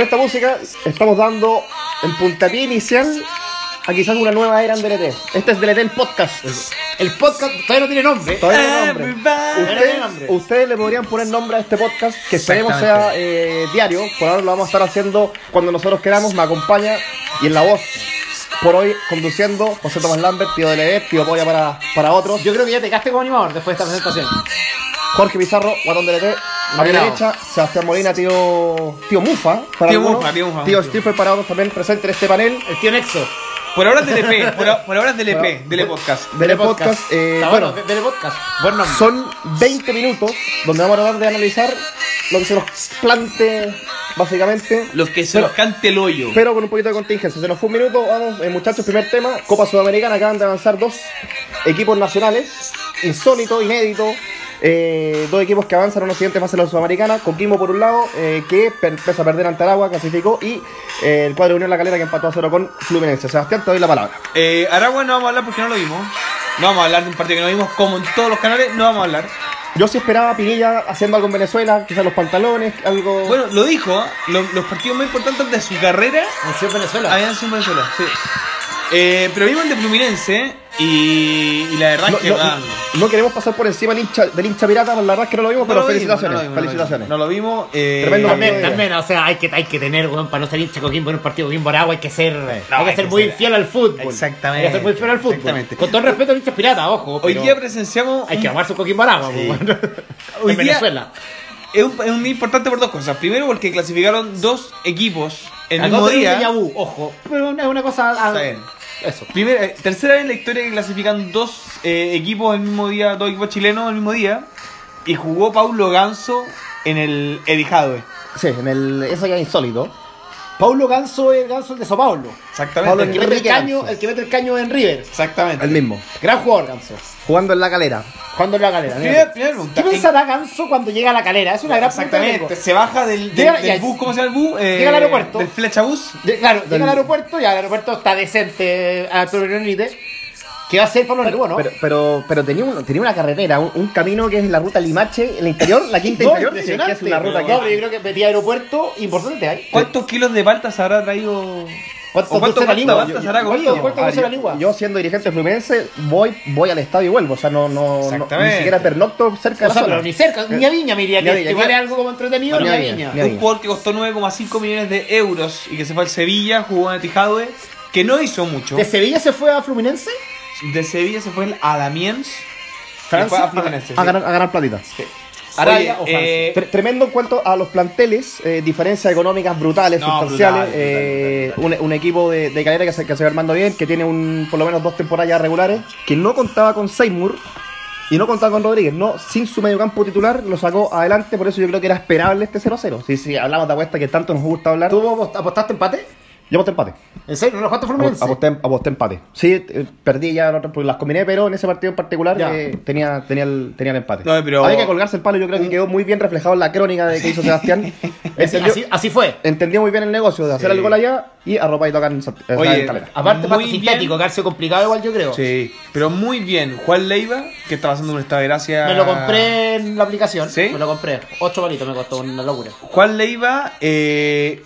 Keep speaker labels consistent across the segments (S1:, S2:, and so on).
S1: esta música estamos dando el puntapié inicial a quizás una nueva era en DLT. Este es DLT el podcast.
S2: El podcast todavía no tiene nombre.
S1: Todavía no tiene nombre.
S2: Everybody.
S1: Ustedes, ustedes le podrían poner nombre a este podcast que esperemos sea eh, diario. Por ahora lo vamos a estar haciendo cuando nosotros queramos. Me acompaña y en la voz. Por hoy conduciendo José Tomás Lambert, tío DLT, tío Polla para, para otros.
S2: Yo creo que ya te quedaste como animador después de esta presentación.
S1: Jorge Pizarro, guatón DLT. A mi
S2: Mirado.
S1: derecha, Sebastián Molina, tío, tío Mufa. para
S3: Tío
S1: algunos.
S3: Mufa, tío Mufa,
S1: Tío
S3: tío.
S1: Stiffer para otros también presente en este panel.
S2: El tío Nexo.
S3: Por ahora es DLP, por, a- por ahora E es
S1: Bueno,
S3: DLP, DL Podcast.
S1: Dele podcast. eh,
S2: Está bueno,
S1: bueno,
S2: de- Dele podcast. Buen nombre.
S1: son 20 minutos donde vamos a tratar de analizar lo que se nos plante, básicamente.
S3: Los que se
S1: Pero-
S3: los cante el hoyo.
S1: Pero con un poquito de contingencia. Se nos fue un minuto. Vamos, eh, muchachos, primer tema. Copa Sudamericana. Acaban de avanzar dos equipos nacionales. Insólito, inédito. Eh, dos equipos que avanzan a una siguiente fase de la Sudamericana. Coquimbo por un lado, eh, que per- empezó a perder ante Aragua, clasificó. Y eh, el cuadro de Unión La Calera que empató a cero con Fluminense. Sebastián, te doy la palabra.
S3: Eh, Aragua no vamos a hablar porque no lo vimos. No vamos a hablar de un partido que no vimos, como en todos los canales, no vamos a hablar.
S1: Yo sí esperaba a Pinilla haciendo algo en Venezuela, quizás los pantalones, algo.
S3: Bueno, lo dijo, ¿ah? Lo- los partidos más importantes de su carrera
S2: Nació en Venezuela.
S3: habían sido en Venezuela, sí. Eh, pero vimos el de Fluminense y, y la verdad
S1: no,
S3: es que
S1: no-
S3: va-
S1: no queremos pasar por encima del hincha, del hincha pirata, la verdad es que no lo vimos,
S3: no
S1: pero
S3: lo vimos,
S1: felicitaciones.
S3: no lo vimos, no lo
S1: felicitaciones.
S3: vimos. No lo vimos. eh,
S1: Tremendo
S2: También,
S1: Mira.
S2: también, o sea, hay que, hay que tener, weón, para no ser hincha Coquimbo en un partido Coquimbo Aragua, hay que ser, hay que
S3: hay
S2: ser
S3: que
S2: muy
S3: ser-
S2: fiel al fútbol.
S3: Exactamente.
S2: Hay que ser muy fiel al fútbol.
S3: Exactamente.
S2: Con todo el respeto a hinchas pirata, ojo.
S3: Hoy
S2: pero
S3: día presenciamos
S2: hay
S3: un-
S2: que amar su Coquimbo Aragua,
S3: Sí.
S2: weón.
S3: Hoy
S2: en
S3: día-
S2: Venezuela.
S3: es un, es un día importante por dos cosas. Primero porque clasificaron dos equipos el
S2: Acá
S3: mismo
S2: tenemos un
S3: día.
S2: déjà vu, ojo. Pero es una cosa. ah,
S3: Está bien.
S2: Eso.
S3: Primera, eh, tercera vez en la historia que clasifican dos eh, equipos el mismo día, dos equipos chilenos el mismo día. Y jugó Paulo Ganso en el Etihad.
S1: Sí, en el, eso ya es insólito.
S2: Paulo Ganso es el Ganso el de Sao Paulo.
S3: Exactamente.
S1: Paulo
S2: El que, mete el,
S1: Enrique
S2: caño,
S1: Ganso.
S2: el que mete el caño en River.
S3: Exactamente.
S1: El mismo.
S2: Gran jugador, Ganso.
S1: Jugando en la calera.
S2: Jugando en la calera.
S3: Primera,
S2: mira.
S3: primera
S2: ¿Qué
S3: pregunta.
S2: pensará Ganso cuando llega a la calera? Es una gran pregunta que
S3: Exactamente.
S2: tengo.
S3: Se baja del, del-
S2: Llega-
S3: del
S2: ya-
S3: bus, ¿cómo se llama el bus? Eh,
S2: llega al aeropuerto.
S3: Del flecha bus.
S2: De- claro,
S1: Del-
S2: llega al aeropuerto y al aeropuerto está decente a tu reunionite. ¿Qué va a hacer Pablo Neruda, no?
S1: Pero, pero, pero tenía, un- tenía una carretera, un, un camino que es la ruta Limache, el interior, la quinta
S2: no,
S1: interior, que
S2: impresionante.
S1: es una ruta
S2: no,
S1: que.
S2: pero yo creo que metía aeropuerto importante ahí.
S3: ¿Cuántos kilos de paltas habrá traído?
S2: ¿Cuánto
S3: ¿O cuánto
S2: dulce la
S3: palta-
S2: lengua?
S3: paltas habrá
S2: ¿Cuánto-
S3: comido?
S2: cuánto-
S1: Ah,
S2: conoce
S1: yo-
S2: la ligua?
S1: Yo siendo dirigente fluminense voy voy al estadio y vuelvo, o sea, no, no, no- ni
S3: Exactamente.
S1: siquiera pernocto cerca de
S2: O
S1: la
S2: sea,
S1: zona.
S2: pero ni cerca, ni a Viña me iría,
S1: Eh, Ni a
S2: que
S1: Viña,
S2: igual
S1: ni
S2: es
S1: a-
S2: algo como entretenido,
S1: ni
S2: ni
S1: a
S2: a
S1: Viña,
S2: Viña.
S1: ni a-
S3: Un jugador que costó 9,5 millones de euros y que se fue al Sevilla, jugó en Etihad, que no hizo mucho.
S2: ¿De Sevilla se fue a Fluminense?
S3: De Sevilla se fue el Adamiens.
S1: Francia, a, a ganar, a ganar platita.
S2: Arabia o
S3: eh,
S1: Tre- Tremendo en cuanto a los planteles, eh, diferencias económicas brutales,
S3: No,
S1: sustanciales.
S3: brutal, brutal,
S1: eh,
S3: brutal,
S1: Un, un equipo de, de calera que se, que se va armando bien, que tiene un, por lo menos dos temporadas regulares, que no contaba con Seymour y no contaba con Rodríguez. no Sin su mediocampo titular lo sacó adelante, por eso yo creo que era esperable este 0-0. Si si hablamos de apuesta que tanto nos gusta hablar,
S2: ¿Tú apost- apostaste empate?
S1: yo aposté empate.
S2: ¿En serio? ¿No lo jugaste a
S1: Apo-
S2: Fluminense?
S1: Aposté, aposté empate. Sí, eh, perdí ya las otras porque las combiné, pero en ese partido en particular
S2: Ya.
S1: eh, tenía, tenía, el, tenía el empate.
S3: No, pero-
S1: Había que colgarse el palo, yo creo
S3: Mm.
S1: que quedó muy bien reflejado en la crónica de que hizo Sebastián.
S2: Así-
S1: Entendió-
S2: así, así fue.
S1: entendió muy bien el negocio de hacer
S3: Sí.
S1: el gol allá y arropadito acá en, Sant- eh,
S3: Oye,
S1: en Calera.
S2: Aparte,
S3: Muy
S2: pasto
S3: bien.
S2: sintético, calcio complicado igual yo creo.
S3: sí, pero muy bien. Juan Leiva, que estaba haciendo un estado de gracia.
S2: Me lo compré en la aplicación.
S3: ¿Sí?
S2: Me lo compré. Ocho palitos me costó una locura.
S3: Juan Leiva, eh,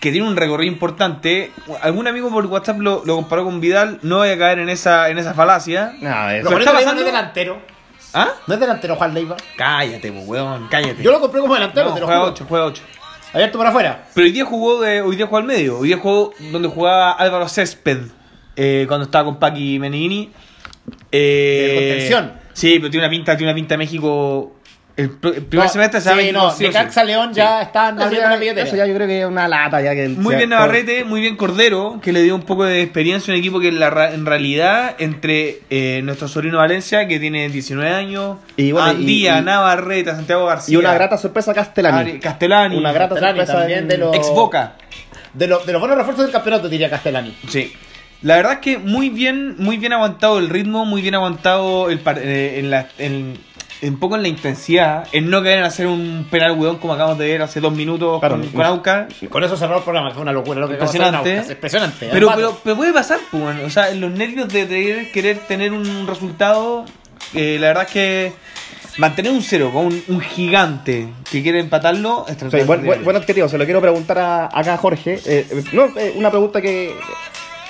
S3: que tiene un recorrido importante. Algún amigo por WhatsApp lo, lo comparó con Vidal. No voy a caer en esa, en esa falacia.
S1: Nada,
S2: Lo
S1: eso.
S3: Pero está
S2: bonito que eso no
S3: pasando-
S2: es delantero.
S3: ¿Ah?
S2: No es delantero Juan Leiva.
S3: Cállate, po, weón, cállate.
S2: Yo lo compré como delantero,
S3: no,
S2: te lo
S3: juega
S2: juro.
S3: 8, juega 8.
S2: Abierto para afuera.
S3: Pero hoy día jugó, de- hoy día jugó al medio. Hoy día jugó donde jugaba Álvaro Césped eh, cuando estaba con Paqui Menigini. Eh,
S2: De contención.
S3: Sí, pero tiene una pinta, tiene una pinta de México. El, pr- el primer
S2: No,
S3: semestre se va a
S2: Sí,
S3: México,
S2: no,
S3: sí o sí.
S2: Necaxa León ya están
S1: Eso
S2: abriendo
S1: ya,
S2: la
S1: eso ya
S2: billetera.
S1: yo creo que es una lata. Ya que
S3: Muy
S1: sea-
S3: bien Navarrete, muy bien Cordero, que le dio un poco de experiencia a un equipo que en, la ra- en realidad entre eh, nuestro sobrino Valencia, que tiene 19 años,
S1: Y bueno, y-
S3: Andía,
S1: y-
S3: Navarrete, Santiago García.
S1: Y una grata sorpresa Castellani.
S3: Ari- Castellani.
S1: Una grata
S2: Castellani
S1: sorpresa
S2: también
S1: en-
S2: de los-
S3: Ex Boca.
S2: De, los- de los buenos refuerzos del campeonato, diría Castellani.
S3: Sí. La verdad es que muy bien, muy bien aguantado el ritmo, muy bien aguantado el par- eh, en la, en, en poco en la intensidad, en no querer hacer un penal hueón como acabamos de ver hace dos minutos
S1: Claro,
S3: con,
S1: no-
S3: con Aucas.
S2: Con eso cerró el programa, que fue una locura lo que acabó de hacer
S3: Impresionante.
S2: Naucas, Impresionante. al
S3: Pero,
S2: pato.
S3: pero, pero puede pasar, pues, bueno. o sea, en los nervios de, de querer tener un resultado, eh, la verdad es que mantener un cero con un, un gigante que quiere empatarlo es
S1: Sí,
S3: tratar
S1: buen,
S3: de-
S1: buen- buen objetivo, se lo quiero preguntar a, acá a Jorge. Eh, eh, no, eh, una pregunta que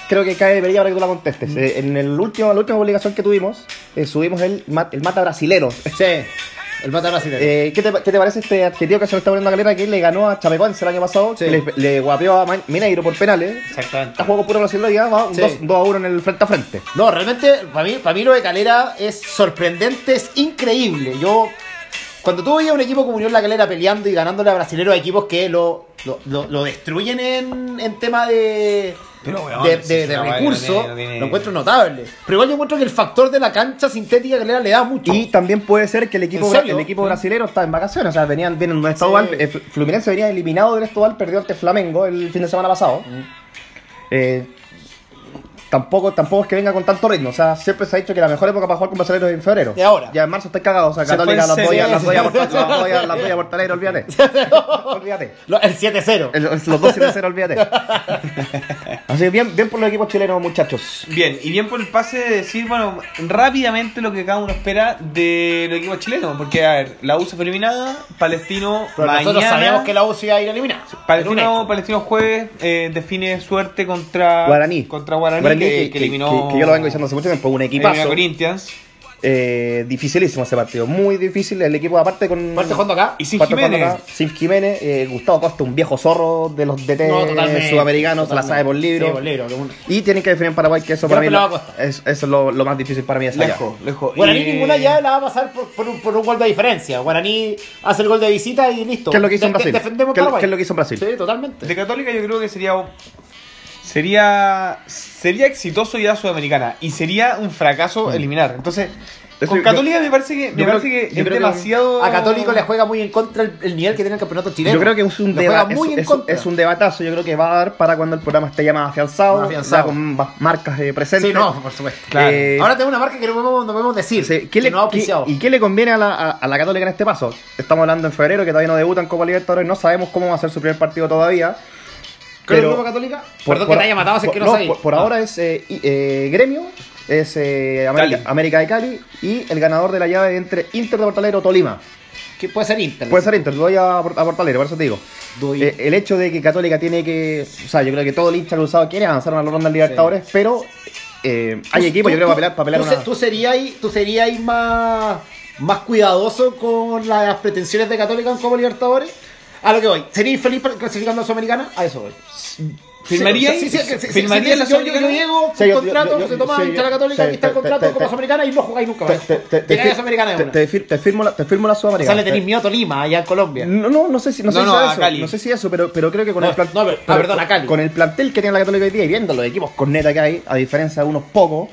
S1: creo que cae debería ahora que tú la
S2: Mm.
S1: contestes. Eh, en el último, la última publicación que tuvimos, eh, subimos el, mat- el mata brasilero.
S2: Sí, el mata brasileño.
S1: Eh, ¿qué, te, pa- qué te parece este adjetivo que se lo está poniendo a Calera que le ganó a Chapecoense el año pasado?
S2: Sí.
S1: Que le, le guapeó a Man- Mineiro por penales.
S2: Exactamente.
S1: Está jugando puro brasileño ya, va un
S2: Sí.
S1: 2 a 1 en el frente a frente.
S2: No, realmente, para mí, para mí lo de Calera es sorprendente, es increíble. Yo, cuando tú veías un equipo como Unión La Calera peleando y ganándole a brasileros, equipos que lo, lo, lo- lo destruyen en, en tema de,
S3: Pero, weón,
S2: de,
S3: sí,
S2: de-
S3: sí,
S2: de
S3: no, weón,
S2: recursos,
S3: no tiene- no tiene-
S2: lo encuentro notable. Pero igual yo encuentro que el factor de la cancha sintética de Calera le da mucho.
S1: Y también puede ser que el equipo,
S2: ¿En
S1: bra-
S2: serio?
S1: el equipo brasilero está en vacaciones, o sea, venían bien en un estado
S2: Sí.
S1: al- eh, Fl- Fluminense venía eliminado del Estoval, perdió ante Flamengo el fin de semana pasado. Eh, tampoco, tampoco es que venga con tanto ritmo, o sea, siempre se ha dicho que la mejor época para jugar con brasileños es en febrero.
S2: De ahora.
S1: Ya en marzo está cagado, o sea,
S3: Se
S1: Católica
S3: fue
S1: las
S3: en
S1: voy a
S3: serio.
S1: las voy a por- las voy a- las voy a por Talera, olvídate. olvídate.
S2: Lo- el 7-0.
S1: El- Los dos sin hacer, olvídate. Así que bien, bien por los equipos chilenos, muchachos.
S3: Bien, y bien por el pase de decir, bueno, rápidamente lo que cada uno espera de los equipos chilenos. Porque, a ver, la U se fue eliminada, Palestino
S2: Pero
S3: mañana...
S2: nosotros sabíamos que la U se iba a ir eliminada. Era un
S3: Palestino,
S2: hecho.
S3: Palestino jueves eh, define suerte contra
S1: Guaraní.
S3: Contra Guaraní, que, que eliminó...
S1: que- que yo lo vengo diciendo hace mucho tiempo, un
S3: eliminó a
S1: equipazo.
S3: Corinthians.
S1: Eh, dificilísimo ese partido, muy difícil. El equipo, aparte con.
S2: Aparte jugando acá.
S3: Y sin
S1: aparte jugando
S3: Jiménez.
S1: acá, sin Jiménez, eh, Gustavo Costa, un viejo zorro de los DT
S2: No, totalmente.
S1: sudamericanos, eh, se la sabe por
S2: Totalmente.
S1: libro.
S2: Sí, por libro, que uno-
S1: Y tienen que definir en Paraguay, que eso
S2: Gran
S1: para mí
S2: pelado
S1: lo-
S2: Costa.
S1: es, eso es lo, lo más difícil para mí. Es allá.
S3: Lejos, lejos.
S2: Guaraní
S3: Y-
S1: Eh,
S3: eh,
S2: ninguna llave la va a pasar por, por un, por un gol de diferencia. Guaraní hace el gol de visita y listo.
S1: ¿Qué es lo que hizo en
S2: De- de-
S1: Brasil?
S2: defendemos
S1: ¿Qué es lo-
S2: Paraguay.
S1: qué es lo que hizo en Brasil?
S2: Sí, totalmente.
S3: De Católica yo creo que sería sería sería exitoso ir a Sudamericana y sería un fracaso eliminar. Entonces,
S1: Mm. Eso
S3: con
S1: yo-
S3: Católica me parece que me
S1: creo-
S3: parece que
S1: yo creo
S3: es
S1: que
S3: demasiado
S2: A Católico le juega muy en contra el, el nivel que tiene el campeonato chileno.
S1: Yo creo que es un,
S2: Le juega
S1: debate,
S2: muy
S1: es,
S2: en
S1: es-
S2: contra.
S1: es un debatazo. Yo creo que va a dar para cuando el programa esté ya más afianzado,
S2: Más afianzado.
S1: ya con más marcas eh, presentes.
S2: Sí, no, por supuesto.
S3: Claro.
S1: Eh,
S2: Ahora tengo una marca que no podemos, no podemos decir.
S1: Sí,
S2: que
S1: ¿qué le-
S2: no ha auspiciado.
S1: qué- ¿Y qué le conviene a la, a- a la Católica en este paso? Estamos hablando en febrero, que todavía no debutan Copa Libertadores, no sabemos cómo va a ser su primer partido todavía.
S2: ¿Qué es
S1: pero-
S2: el grupo Católica?
S1: Por-
S2: Perdón
S1: por-
S2: que te haya matado, si es
S1: por-
S2: que no, sabía. Ah.
S1: Por, por ahora es eh, i- eh, Gremio, es eh, América,
S3: Cali.
S1: América de Cali y el ganador de la llave entre Inter de Portalero o Tolima.
S2: Que puede ser Inter.
S1: Puede ser Inter, doy a, Port- a Portalero, por eso te digo.
S2: Doy.
S1: Eh, el hecho de que Católica tiene que. O sea, yo creo que todo el hincha cruzado quiere avanzar a la ronda de Libertadores, pero eh, hay
S2: Tú-
S1: equipos, yo
S2: tú-
S1: creo,
S2: tú-
S1: para pelear, para pelear
S2: tú,
S1: una-
S2: se- tú serías ahí- tú serías ahí más, más cuidadoso con las pretensiones de Católica en Copa Libertadores. A lo que voy. ¿Serías feliz por- clasificando a Sudamericana? A eso voy.
S3: firmaría
S2: Sí, sí, sí, sí, sí,
S3: firmaría
S2: sí,
S3: la
S2: sí, yo, yo, yo
S3: Sudamericana?
S2: llego,
S1: Sí, yo-
S2: un contrato,
S1: yo- yo-
S2: se toma
S1: sí,
S2: hincha
S1: yo-
S2: la Católica,
S1: sí,
S2: aquí está el
S1: te-
S2: contrato
S1: te-
S2: de Copa
S1: te-
S2: Sudamericana y no jugáis nunca
S1: Te,
S2: más.
S1: te- te- te-
S2: Llegáis a Sudamericana de
S1: te-
S2: una.
S1: te fir- te firmo la, te firmo la
S2: O
S1: Sudamericana.
S2: sea, le tenéis
S1: Te-
S2: miedo a Tolima, allá en Colombia.
S1: No, no, no sé si, no sé
S3: No,
S1: si
S3: no,
S1: sea
S3: a
S1: eso,
S3: Cali.
S1: no sé si eso, pero, pero creo que con
S2: No,
S1: el plantel,
S2: no, pero- ah, perdón, a Cali.
S1: con el plantel que tiene la Católica hoy día y viendo los equipos corneta que hay, a diferencia de unos pocos,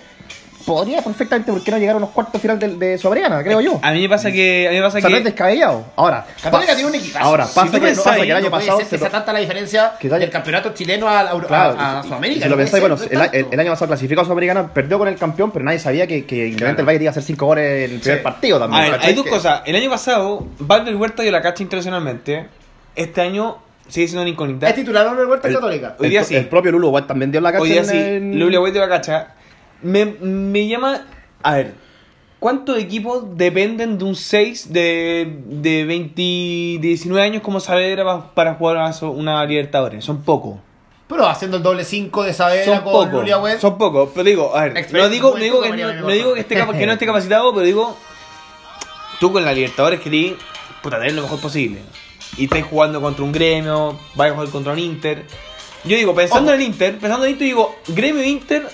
S1: podría perfectamente, ¿por qué no llegar a unos cuartos final de, de Sudamericana, creo yo?
S3: A mí me pasa que a mí me pasa
S1: O sea, no es
S3: que
S1: descabellado. Ahora,
S2: Católica
S1: pas-
S2: tiene un equipazo.
S1: Ahora,
S3: Si
S1: pasa,
S3: tú
S1: que,
S3: pensás
S1: pasa
S3: ahí,
S1: que el año
S2: no puede
S1: pasado
S2: ser que
S1: se
S2: sea
S1: to-
S2: tanta la diferencia
S1: Que tal-
S2: del campeonato chileno a, a-
S1: Claro,
S2: a- a
S1: y-
S2: Sudamérica.
S1: Si
S2: no
S1: lo
S2: puede
S1: pensáis,
S2: ser,
S1: bueno,
S2: no es
S1: el, a-
S2: tanto.
S1: el año pasado clasificó a Sudamericana, perdió con el campeón, pero nadie sabía que, que Independiente del Valle iba a hacer 5 goles en el primer
S2: Sí.
S1: partido también.
S3: A ver,
S1: ¿cachai?
S3: hay dos
S1: Que-
S3: cosas. El año pasado Valver Huerta dio la cacha internacionalmente. Este año sigue siendo una incógnita.
S2: ¿Es titular Manuel Huerta en
S1: el-
S2: Católica?
S3: Hoy día
S1: el-
S3: sí.
S1: El propio Lulo Guay también dio la cacha.
S3: Hoy día
S1: en-
S3: sí,
S1: en-
S3: Lula White de la cacha. Me, me llama. A ver, ¿cuántos equipos dependen de un 6 de, de 20, 19 años como Saavedra pa- para jugar a so- una Libertadores? Son pocos.
S2: Pero haciendo el doble 5 de Saavedra
S3: Son
S2: con
S3: pocos.
S2: Lulia Web.
S3: Son pocos. Pero digo, a ver,
S2: Experiencia
S3: no digo, no
S2: juventud
S3: digo, que,
S2: como
S3: no,
S2: María
S3: no digo que, esté capa- que no esté capacitado, pero digo, tú con la Libertadores querés puta, tener lo mejor posible. Y estás jugando contra un gremio, vas a jugar contra un Inter. Yo digo, pensando
S2: Ojo.
S3: en el Inter, pensando en Inter, digo, gremio e Inter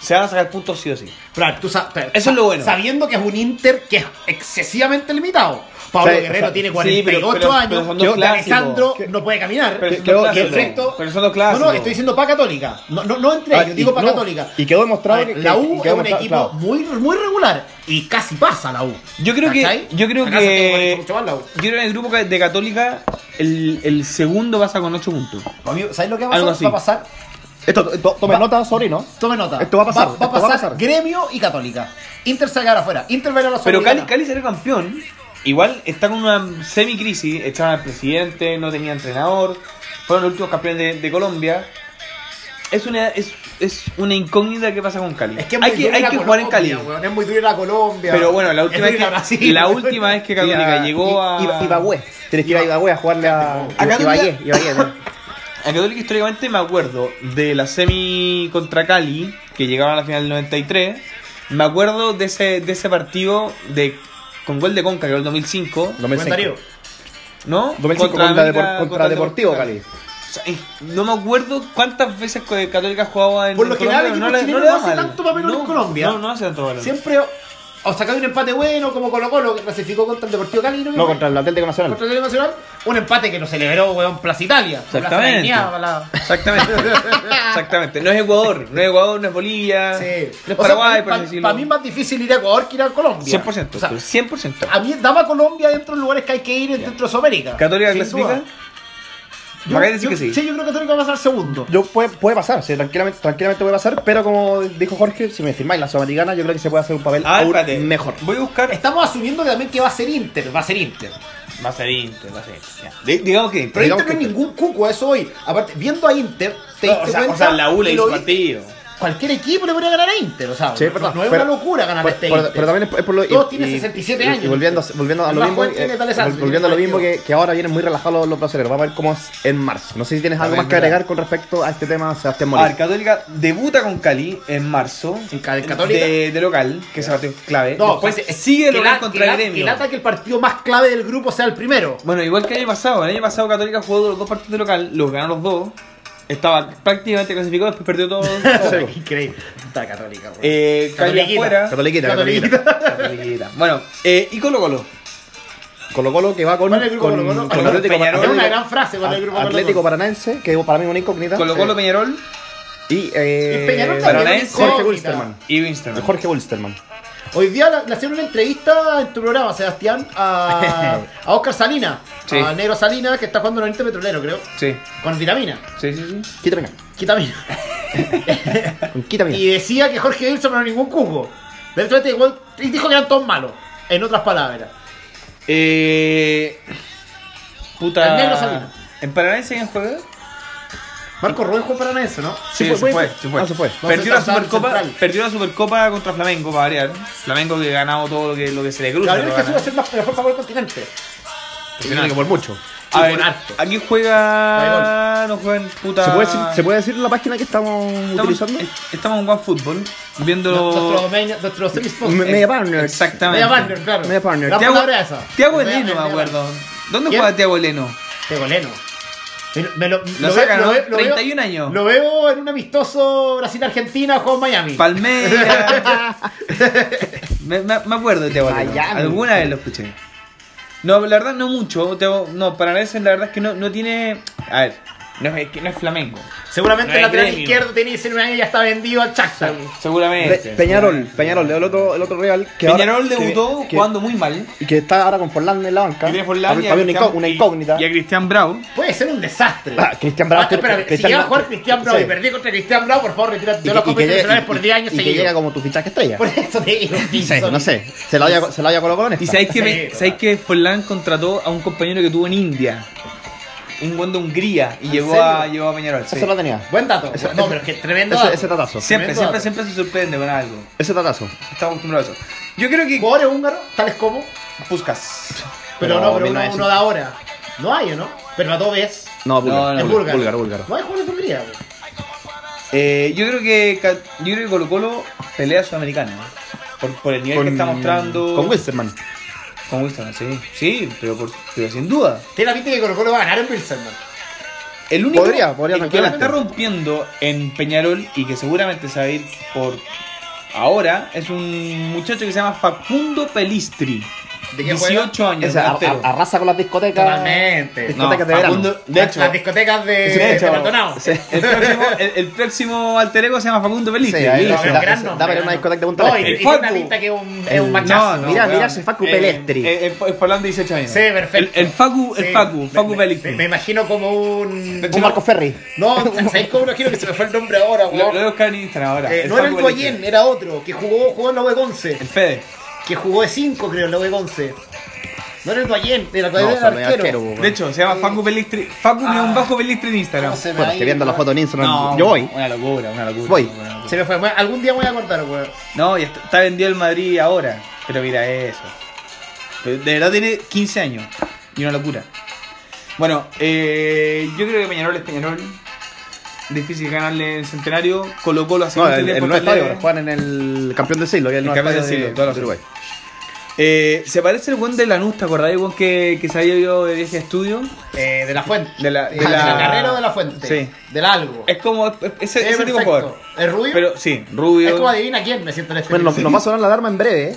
S3: se van a sacar puntos sí o sí.
S2: Pero, a ver, tú sa- pero,
S3: Eso es lo bueno.
S2: Sabiendo que es un Inter que es excesivamente limitado. Pablo
S1: Sí,
S2: Guerrero
S1: o sea,
S2: tiene
S3: sí,
S2: 48
S3: pero- pero-
S2: años.
S3: pero son dos
S2: que
S3: clásicos.
S2: Alejandro
S1: Que-
S2: no puede caminar.
S3: Pero
S2: Que-
S3: son
S1: creo
S3: dos
S1: que
S2: el
S3: clásicos.
S2: resto-
S3: Pero son dos
S2: No,
S3: clásicos.
S2: no, estoy diciendo pa' Católica. No, no, no entre
S1: Ah,
S2: ellos,
S1: y-
S2: digo pa'
S1: no,
S2: Católica.
S1: Y quedó
S2: A
S1: demostrado
S2: ver,
S1: que
S2: la
S1: que-
S2: U
S1: quedó
S2: es un
S1: demostrado-
S2: equipo
S1: claro.
S2: muy, muy regular y casi pasa la U.
S3: Yo creo que-
S2: ¿Cachai?
S3: yo creo
S2: Acá
S3: que-
S2: se tiene que poner mucho más la U.
S3: Yo creo que en el grupo de Católica, el, el segundo pasa con 8 puntos.
S2: Amigo, ¿Sabes lo que va a
S3: Algo
S2: pasar?
S3: así.
S2: Va a pasar.
S1: Esto, to- tomen
S2: Va-
S1: nota, sorry, ¿no?
S2: Tome nota.
S1: Esto va a pasar,
S2: Va,
S1: esto
S2: a, pasar Gremio y Católica. Inter se va a quedar afuera. Inter va a ir a la
S3: Pero Cali,
S2: Sudamericana.
S3: Cali será campeón. Igual está con una semi-crisis. Echaron al presidente, no tenía entrenador. Fueron los últimos campeones de, de Colombia. es una, es, es una incógnita que pasa con Cali.
S2: Es que es muy
S3: hay que,
S2: dura
S3: hay
S2: la
S3: que jugar en Cali.
S2: Colombia, weón, Es muy dura la Colombia.
S3: Pero bueno, la última
S2: Es
S3: vez
S2: dura
S3: que-
S2: Brasil,
S3: la
S2: weón.
S3: última vez que
S1: Y a-
S3: Católica llegó a.
S1: y- y- Ibagüé. Tienes que ir a Ibagüé a jugarle a.
S3: Acá
S1: Ibagüé,
S3: Católica-
S1: Ibagüé, ¿no?
S3: A Católica históricamente me acuerdo de la semi contra Cali, que llegaron a la final del 93. Me acuerdo de ese, de ese partido de, con gol de Conca, que era el 2005.
S1: 2005.
S2: Comentario.
S3: ¿No?
S1: 2005 contra,
S3: América,
S1: Depor- contra
S3: contra
S1: Deportivo
S3: Cali.
S1: Cali.
S3: O sea, eh, no me acuerdo cuántas veces que Católica jugaba en
S2: Por lo
S3: en
S2: general,
S3: Colombia,
S2: el equipo chileno
S3: va
S2: no hace
S3: mal.
S2: tanto papelón
S3: No,
S2: en Colombia.
S3: No, no hace tanto papelón.
S2: Siempre o sacado un empate bueno, como Colo Colo, que clasificó contra el Deportivo Cali. que
S1: No,
S2: fue?
S1: contra el Atlético Nacional.
S2: Contra el Atlético Nacional. Un empate que lo celebró, weón, Plaza Italia. Plaza
S3: Exactamente.
S2: Dignidad, para la-
S3: Exactamente. Exactamente. No es Ecuador, no es Ecuador, no es Bolivia, no es Paraguay, por
S2: para,
S3: decirlo.
S2: para mí es más difícil ir a Ecuador que ir a Colombia.
S3: 100%,
S2: O sea, ah,
S3: pero 100%.
S2: a mí daba Colombia dentro de los lugares que hay que ir dentro de Sudamérica.
S3: ¿Católica
S2: sin
S3: clasifica?
S2: duda.
S3: ¿Me acabas de decir que sí?
S2: yo creo que Católica va a ser segundo.
S1: Yo puede, puede pasar, sí, tranquilamente, tranquilamente puede pasar, pero como dijo Jorge, si me firmáis la Sudamericana, yo creo que se puede hacer un papel
S3: Ah,
S1: aún
S3: espérate.
S1: mejor.
S3: Voy a buscar.
S2: Estamos asumiendo que también que va a ser Inter, va a ser Inter.
S3: Va a ser Inter, va a ser Inter. ya. Di- Digamos que
S2: Pero
S3: Inter.
S1: Digamos
S2: Inter no es
S1: que-
S2: ningún cuco, eso hoy. Aparte, viendo a Inter, te
S3: No,
S2: diste
S3: o, sea,
S2: cuenta
S3: o sea, la U le
S2: que
S3: hizo
S2: lo-
S3: partido.
S2: Cualquier equipo le podría ganar a Inter, o sea,
S1: Sí, es
S2: no,
S1: verdad,
S2: no es
S1: pero-
S2: una locura ganar a
S1: Pero,
S2: este
S1: pero-
S2: Inter.
S1: pero también es por- es por lo
S2: Todos tienen 67
S1: y-
S2: años.
S1: Y volviendo, a- volviendo a
S2: El
S1: lo
S2: más
S1: mismo,
S2: joven tiene
S1: eh,
S2: tal edad,
S1: vol- volviendo a lo mismo que,
S2: partido.
S1: que ahora vienen muy relajados los brasileños. Vamos a ver cómo es en marzo. No sé si tienes algo
S2: ver,
S1: más que
S2: mira.
S1: agregar con respecto a este tema, Sebastián
S3: A ver,
S1: Morir.
S3: Católica debuta con Cali en marzo.
S2: En Ca- en Católica.
S3: De, de local, que es partido clave.
S2: No,
S3: Después
S2: o sea,
S3: pues, sigue
S2: que
S3: local
S2: la-
S3: contra
S2: que la-
S3: Gremio.
S2: Que lata que el partido más clave del grupo sea el primero.
S3: Bueno, igual que el año pasado. El año pasado Católica jugó los dos partidos de local, los ganó los dos. Estaba prácticamente clasificado, después perdió todo. todo.
S2: Oh, Increíble. Está católica, pues. güey.
S3: eh, Cali
S2: Catoliquita.
S3: afuera.
S1: Catoliquita,
S2: Catoliquita.
S1: Catoliquita.
S3: Catoliquita. Bueno, eh, y Colo Colo.
S1: Colo Colo que va con,
S2: Vale, el grupo
S1: con-
S2: Colo Colo.
S1: con
S3: Colo-
S1: Atlético,
S3: Peñarol.
S2: Es una
S1: Atlético-
S2: gran frase para el grupo Colo-Colo.
S1: Atlético Paranaense, que para mí es una incógnita.
S3: Colo Colo,
S1: Eh,
S3: Peñarol
S1: Y, eh,
S2: Y Peñarol
S3: también,
S1: Paranaense,
S3: Jorge
S1: Jorge
S2: incógnita.
S1: Wilsterman.
S3: y Winston.
S1: Jorge Wilsterman.
S2: Hoy día le- le hacían una entrevista en tu programa, Sebastián, a, a Oscar Salina,
S3: Sí.
S2: a Negro Salina, que está jugando en el Oriente Petrolero, creo,
S3: Sí,
S2: con vitamina.
S3: sí, sí. sí.
S1: Quítame.
S2: Quitamina.
S1: Con Quítame.
S2: y decía que Jorge Wilson no era ningún cubo. Dentro de este igual- y dijo que eran todos malos, en otras palabras.
S3: Eh, puta.
S2: El negro Sabino.
S3: ¿En Paranaense en juega?
S2: Marco Rubén jugó para eso, ¿no?
S3: Sí, se
S1: fue,
S3: fue,
S1: fue.
S3: se fue.
S1: Ah, se fue.
S3: Perdió
S2: No,
S3: la,
S2: se está
S3: Supercopa,
S2: central.
S3: perdió la Supercopa contra Flamengo, para variar. Flamengo que ha ganado todo lo que, lo que se le cruza.
S2: Gabriel
S3: lo
S2: Jesús va
S3: gana.
S2: a ser más mejor para el continente.
S1: Tiene que por mucho.
S3: A
S2: y
S3: ver,
S2: por harto.
S3: aquí juega... No juegan puta...
S1: ¿Se puede, decir, ¿Se puede decir la página que estamos,
S3: Estamos,
S1: utilizando?
S3: est- estamos en OneFootball, viendo...
S2: Nuestro dominio, nuestro semi-sponsor.
S1: Me- Media partner.
S3: Exactamente.
S2: Media partner, claro.
S1: Media partner.
S2: La
S3: Tiago,
S2: palabra esa.
S3: Tiago
S2: Media-
S3: Eleno, me
S2: media
S3: acuerdo. ¿Dónde
S2: ¿Quién?
S3: juega Tiago Eleno?
S2: Te goleno. Me, me lo,
S3: Lo
S2: veo-
S3: sacan, ¿no?
S2: veo- veo-
S3: 31 años.
S2: Lo veo en un amistoso Brasil-Argentina, juego en Miami.
S3: Palmeiras. me, me- me acuerdo de Teo Valero.
S1: Miami.
S3: Alguna vez lo escuché. No, la verdad no mucho. Teo- no, para la verdad es que no, no tiene. A ver, no es, que no es flamenco.
S2: Seguramente
S3: No
S2: el
S3: hay
S2: lateral
S3: gremio.
S2: izquierdo tiene 19 años y ya está vendido al Shakhtar.
S1: Pe-
S3: Seguramente.
S1: Peñarol, Peñarol, el otro, el otro Real. Que
S3: Peñarol
S1: ahora- que-
S3: debutó
S1: que-
S3: jugando muy mal.
S1: Y que está ahora con Forlán en la banca.
S3: Y tiene Forlán
S1: Había-
S3: y a
S1: había una,
S3: Cristian-
S1: incó- una incógnita.
S3: Y a Cristian Bravo.
S2: Puede ser un desastre.
S1: Ah, Cristian Bravo-
S2: Ah, espera, si
S1: Cristian
S2: llega a
S1: Bravo-
S2: jugar Cristian Bravo
S1: sí.
S2: y perdí contra Cristian Bravo, por favor, retírate
S1: Y
S2: de
S1: que-
S2: los
S1: y que
S2: competencias
S1: llegue-
S2: nacionales
S1: y-
S2: por 10 años
S1: y que
S2: seguidos.
S1: llega como tu fichaje estrella.
S2: Por eso te digo,
S1: No sé,
S2: Pinzón.
S1: no sé. Se la haya, se la haya colocado en esta.
S3: Y sabéis que, me-
S2: Sí,
S3: sabéis
S2: total.
S3: que Forlán contrató a un compañero que tuvo en India. Un buen de Hungría. Y
S2: ¿En
S3: llegó a,
S2: serio?
S3: llegó a Peñarol. sí.
S1: Ese lo tenía.
S2: Buen dato.
S1: Ese-
S2: no, pero es que tremendo
S1: ese,
S2: dato.
S1: ese tatazo.
S3: Siempre, siempre,
S2: Tremendo dato.
S3: siempre se sorprende con algo.
S1: Ese tatazo.
S3: Estamos acostumbrados a eso. Yo creo que
S2: Jugadores húngaros, tales como,
S3: Puskas.
S2: pero
S1: No,
S2: no, pero
S1: vino
S2: uno,
S1: ese.
S2: uno de ahora. No hay, ¿o no? Pero a todo es
S1: No,
S3: No,
S1: búlgaro.
S3: no,
S2: es
S1: búlgaro,
S2: búlgaro.
S1: búlgaro, búlgaro.
S2: No hay jugadores de Hungría. güey.
S3: Eh, yo creo que Ca- yo creo que Colo Colo pelea sudamericana. ¿eh? Por, por el nivel que está mostrando.
S1: Con Wilsterman.
S3: Con Winston, sí. Sí, pero, por- pero sin duda.
S2: Tiene la pinta que Colo Colo va a ganar en Wilson.
S3: El único
S1: Podría, podría
S3: el que la está
S1: tranquilamente.
S3: rompiendo en Peñarol y que seguramente se va a ir por ahora es un muchacho que se llama Facundo Pelistri.
S2: ¿De qué juega?
S3: 18 años.
S1: Ese a-
S3: delantero.
S1: a- arrasa con las discotecas.
S2: Totalmente.
S3: No,
S1: discotecas de verano.
S3: Facundo- de
S2: Las-
S3: hecho,
S2: las discotecas de,
S1: Sí, de hecho.
S2: de Maldonado.
S1: Sí.
S3: el, próximo, el, el próximo alter ego se llama Facundo Pelistri.
S1: Sí, ahí
S2: No,
S1: se
S2: pero
S1: da-
S2: gran
S1: se
S2: nombre,
S1: da para
S2: gran
S1: una discoteca de Punta
S2: nombre.
S1: del
S2: No, y-
S1: Este.
S2: y tiene una
S3: Facu.
S2: pinta que es un, es
S1: El-
S2: un machazo.
S1: no, Mira, mira ese Facu Pelestri.
S3: Eh, eh, eh, Forlán de 18 años.
S2: Sí, perfecto.
S3: El, el Facu, el
S2: Sí,
S3: Facu,
S2: me-
S3: Facu
S2: me-
S3: Pelistri.
S2: Me, me imagino como un.
S1: Un Marco Ferri.
S2: No, ¿sabéis cómo imagino que se me fue el nombre ahora,
S3: Lo, lo voy
S2: weón?
S3: a buscar en Instagram ahora.
S2: Eh, no era el
S3: Facu
S2: Goyen,
S3: Pelistri.
S2: era
S3: eh.
S2: otro, E que jugó, jugó en la web 11,
S3: El Fede.
S2: que jugó de 5 creo en la web 11. E No eres Doyen, de la
S1: No,
S2: cuadrilla
S1: o sea,
S2: del
S1: me
S2: arquero.
S1: arquero, po.
S3: De hecho, se llama Facu Pelistri. Facu me un bajo Pelistri en Instagram.
S2: No se me
S1: Bueno,
S2: ha
S1: que viendo
S2: ido,
S1: la foto en Instagram,
S3: Ah. No,
S1: yo voy.
S3: Una locura, una locura.
S1: Voy.
S3: una locura.
S2: Se me fue. Bueno, Algún día me voy a acordar, weón.
S3: No, y está, está vendido el Madrid ahora. Pero mira eso. Pero de verdad tiene 15 años. Y una locura. Bueno, eh, yo creo que Peñarol es Peñarol. Difícil ganarle el centenario. Colo Colo hace
S1: No,
S3: mucho
S1: el, el
S3: tiempo
S1: nuevo
S3: que le-
S1: estadio, ahora juegan en el campeón del siglo, que es el,
S3: El
S1: nuevo
S3: campeón del
S1: estadio
S3: siglo,
S1: de-
S3: toda la
S1: de Uruguay.
S3: Eh, se parece el buen de Lanús, ¿te acordáis? El buen que, que se había ido de viaje a estudio.
S2: Eh, de la fuente.
S3: De la- de
S2: Ah,
S3: la-
S2: carrera o de la fuente.
S3: Sí.
S2: Del algo.
S3: Es como Este, es- ese,
S2: Sí,
S3: ese tipo de
S2: perfecto.
S3: jugador.
S2: ¿Es rubio?
S3: Pero sí,
S2: Es como
S3: rubio.
S2: adivina quién me siento en este
S1: Bueno, nos,
S2: video.
S1: nos va a sonar la alarma en breve, ¿eh?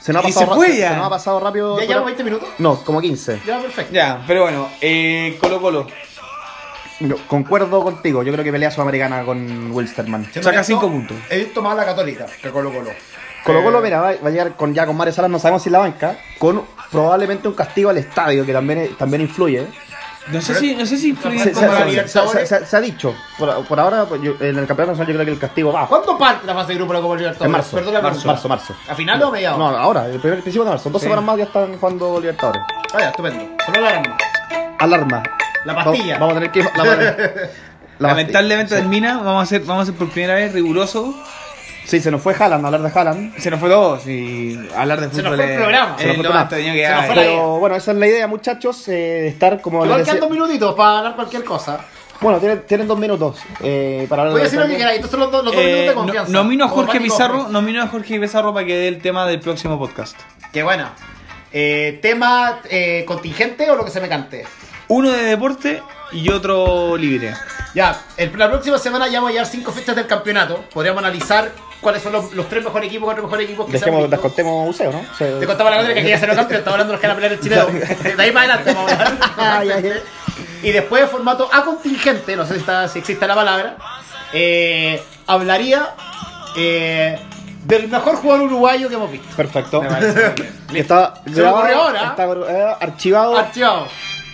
S1: Se nos ha
S3: Y
S1: pasado,
S3: se
S1: ra-
S3: fue
S1: se-
S3: ya.
S1: se nos ha pasado rápido.
S2: ¿Ya
S1: pero-
S2: llevamos 20 minutos?
S1: No, como 15.
S2: Ya, perfecto.
S3: Ya, pero bueno, eh, Colo Colo.
S1: Yo concuerdo contigo, yo creo que pelea sudamericana con Wilsterman.
S2: Siendo
S3: Saca
S2: honesto,
S3: cinco puntos.
S2: He visto más a la católica que Colo Colo.
S1: Colo Colo,
S2: Eh,
S1: mira, va, va a llegar con, ya con Mario Salas, no sabemos si en la banca, con probablemente un castigo al estadio que también, también influye.
S3: No sé si, no sé si influye
S1: Se, se-
S3: como la
S1: se-
S3: vida.
S1: se- se- se ha dicho, por, por ahora pues, yo- en el campeonato nacional yo creo que el castigo va.
S2: ¿Cuándo parte la fase de grupo de la Copa Libertadores?
S1: En marzo,
S2: Perdón la
S1: marzo,
S2: pregunta.
S1: marzo, marzo.
S2: ¿A final o a mediados?
S1: No, ahora, el primer principio de marzo, dos
S3: Sí.
S1: semanas más ya están jugando Libertadores.
S2: Ah, ya, estupendo. Solo la alarma.
S1: Alarma.
S2: La pastilla.
S1: Va- vamos a tener que... La, la
S3: Lamentablemente
S1: pastilla.
S3: termina, vamos a ser, vamos a ser por primera vez riguroso.
S1: Sí, se nos fue Haaland, hablar de Haaland.
S3: Se nos fue todo si hablar de
S2: Se
S3: fútbol.
S2: nos fue el
S3: es-
S2: programa.
S3: es
S2: Se nos
S1: fue
S3: lo
S1: el
S3: más
S1: programa.
S3: entretenido que
S2: Se nos
S3: hay.
S2: fue la-
S1: Pero bueno, esa es la idea, muchachos, eh, de estar como...
S2: Te
S1: les
S2: van
S1: decía-
S2: quedando minutitos para ganar cualquier cosa.
S1: Bueno, tienen, tienen dos minutos eh, para hablar
S2: Voy a
S1: de
S2: decir lo que
S1: Libertadores.
S2: queráis. Estos son los, dos- los dos minutos
S3: Eh,
S2: de
S3: no-
S2: confianza.
S3: nomino a
S2: Como
S3: Jorge
S2: Manny
S3: Pizarro,
S2: Cofre.
S3: nomino a Jorge Pizarro para que dé el tema del próximo podcast.
S2: Qué buena. Eh, ¿Tema eh, contingente o lo que se me cante?
S3: Uno de deporte y otro libre.
S2: Ya, el- la próxima semana ya vamos a llevar cinco fechas del campeonato. Podríamos analizar cuáles son los, los tres mejores equipos, cuatro mejores equipos que se
S1: Dejemos,
S2: han visto.
S1: descontemos museo, ¿no? Se-
S2: Te contaba la otra que aquí ya se lo campeón, estaba hablando de los que van a pelear el Chile 2. De ahí para adelante vamos a hablar.
S1: Ay, ay, ay.
S2: Y después de formato a contingente, no sé si, está- si existe la palabra, eh, hablaría eh, del mejor jugador uruguayo que hemos visto.
S1: Perfecto.
S3: Me parece muy bien.
S1: Que Está
S2: Se me
S1: grabado,
S2: ocurrió ahora.
S1: está eh, archivado.
S2: Archivado.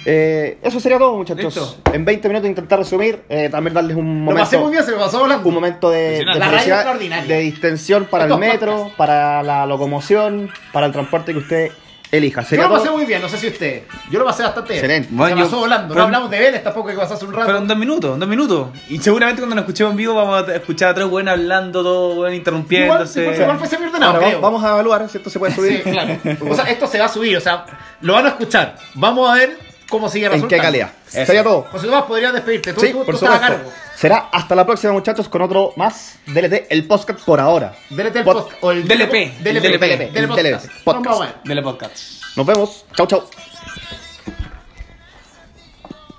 S1: Eh, eso sería todo, muchachos. En 20 minutos intentar resumir, eh, también darles un
S2: Lo pasé muy
S1: momento,
S2: bien, se me pasó volando.
S1: un momento de, de
S3: Impresionante. La
S2: radio
S1: felicidad,
S2: extraordinaria.
S1: de distensión para el
S2: Estos
S1: metro,
S2: podcasts.
S1: para la locomoción, para el transporte que usted elija.
S2: Yo
S1: Sería
S2: lo pasé
S1: todo.
S2: muy bien, no sé si usted. Yo lo pasé bastante bien.
S1: Excelente.
S2: Se
S3: Bueno, yo-
S2: pasó volando. No
S3: pero-
S2: hablamos de Vélez tampoco que pasó hace un rato.
S3: Pero en dos minutos, en dos minutos. Y seguramente cuando nos escuchemos en vivo vamos a escuchar a tres buenos hablando, todo bueno,
S2: igual,
S3: interrumpiéndose.
S2: igual, igual fue semiordenado,
S1: Ahora,
S2: creo.
S1: vamos, vamos a evaluar si esto se puede subir.
S2: Sí, claro. O sea, esto se va a subir, o sea, lo van a escuchar. Vamos a ver cómo sigue
S1: ¿En
S2: resultando.
S1: qué calidad?
S3: Eso.
S1: Sería todo.
S2: José Tomás, podrías despedirte. Tú,
S1: Sí,
S2: tú,
S1: por
S2: tú estás a
S1: supuesto.
S2: cargo.
S1: Será hasta la próxima, muchachos, con otro más DLT, el podcast por ahora.
S2: DLT el
S1: Pod-
S2: podcast. O el
S3: DLP,
S2: DLP.
S3: el DLP,
S2: DLP.
S1: el DLP,
S2: podcast.
S1: podcast.
S2: Vamos a ver.
S3: Dele podcast.
S1: Nos vemos. Chau, chau.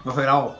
S2: No se grabó.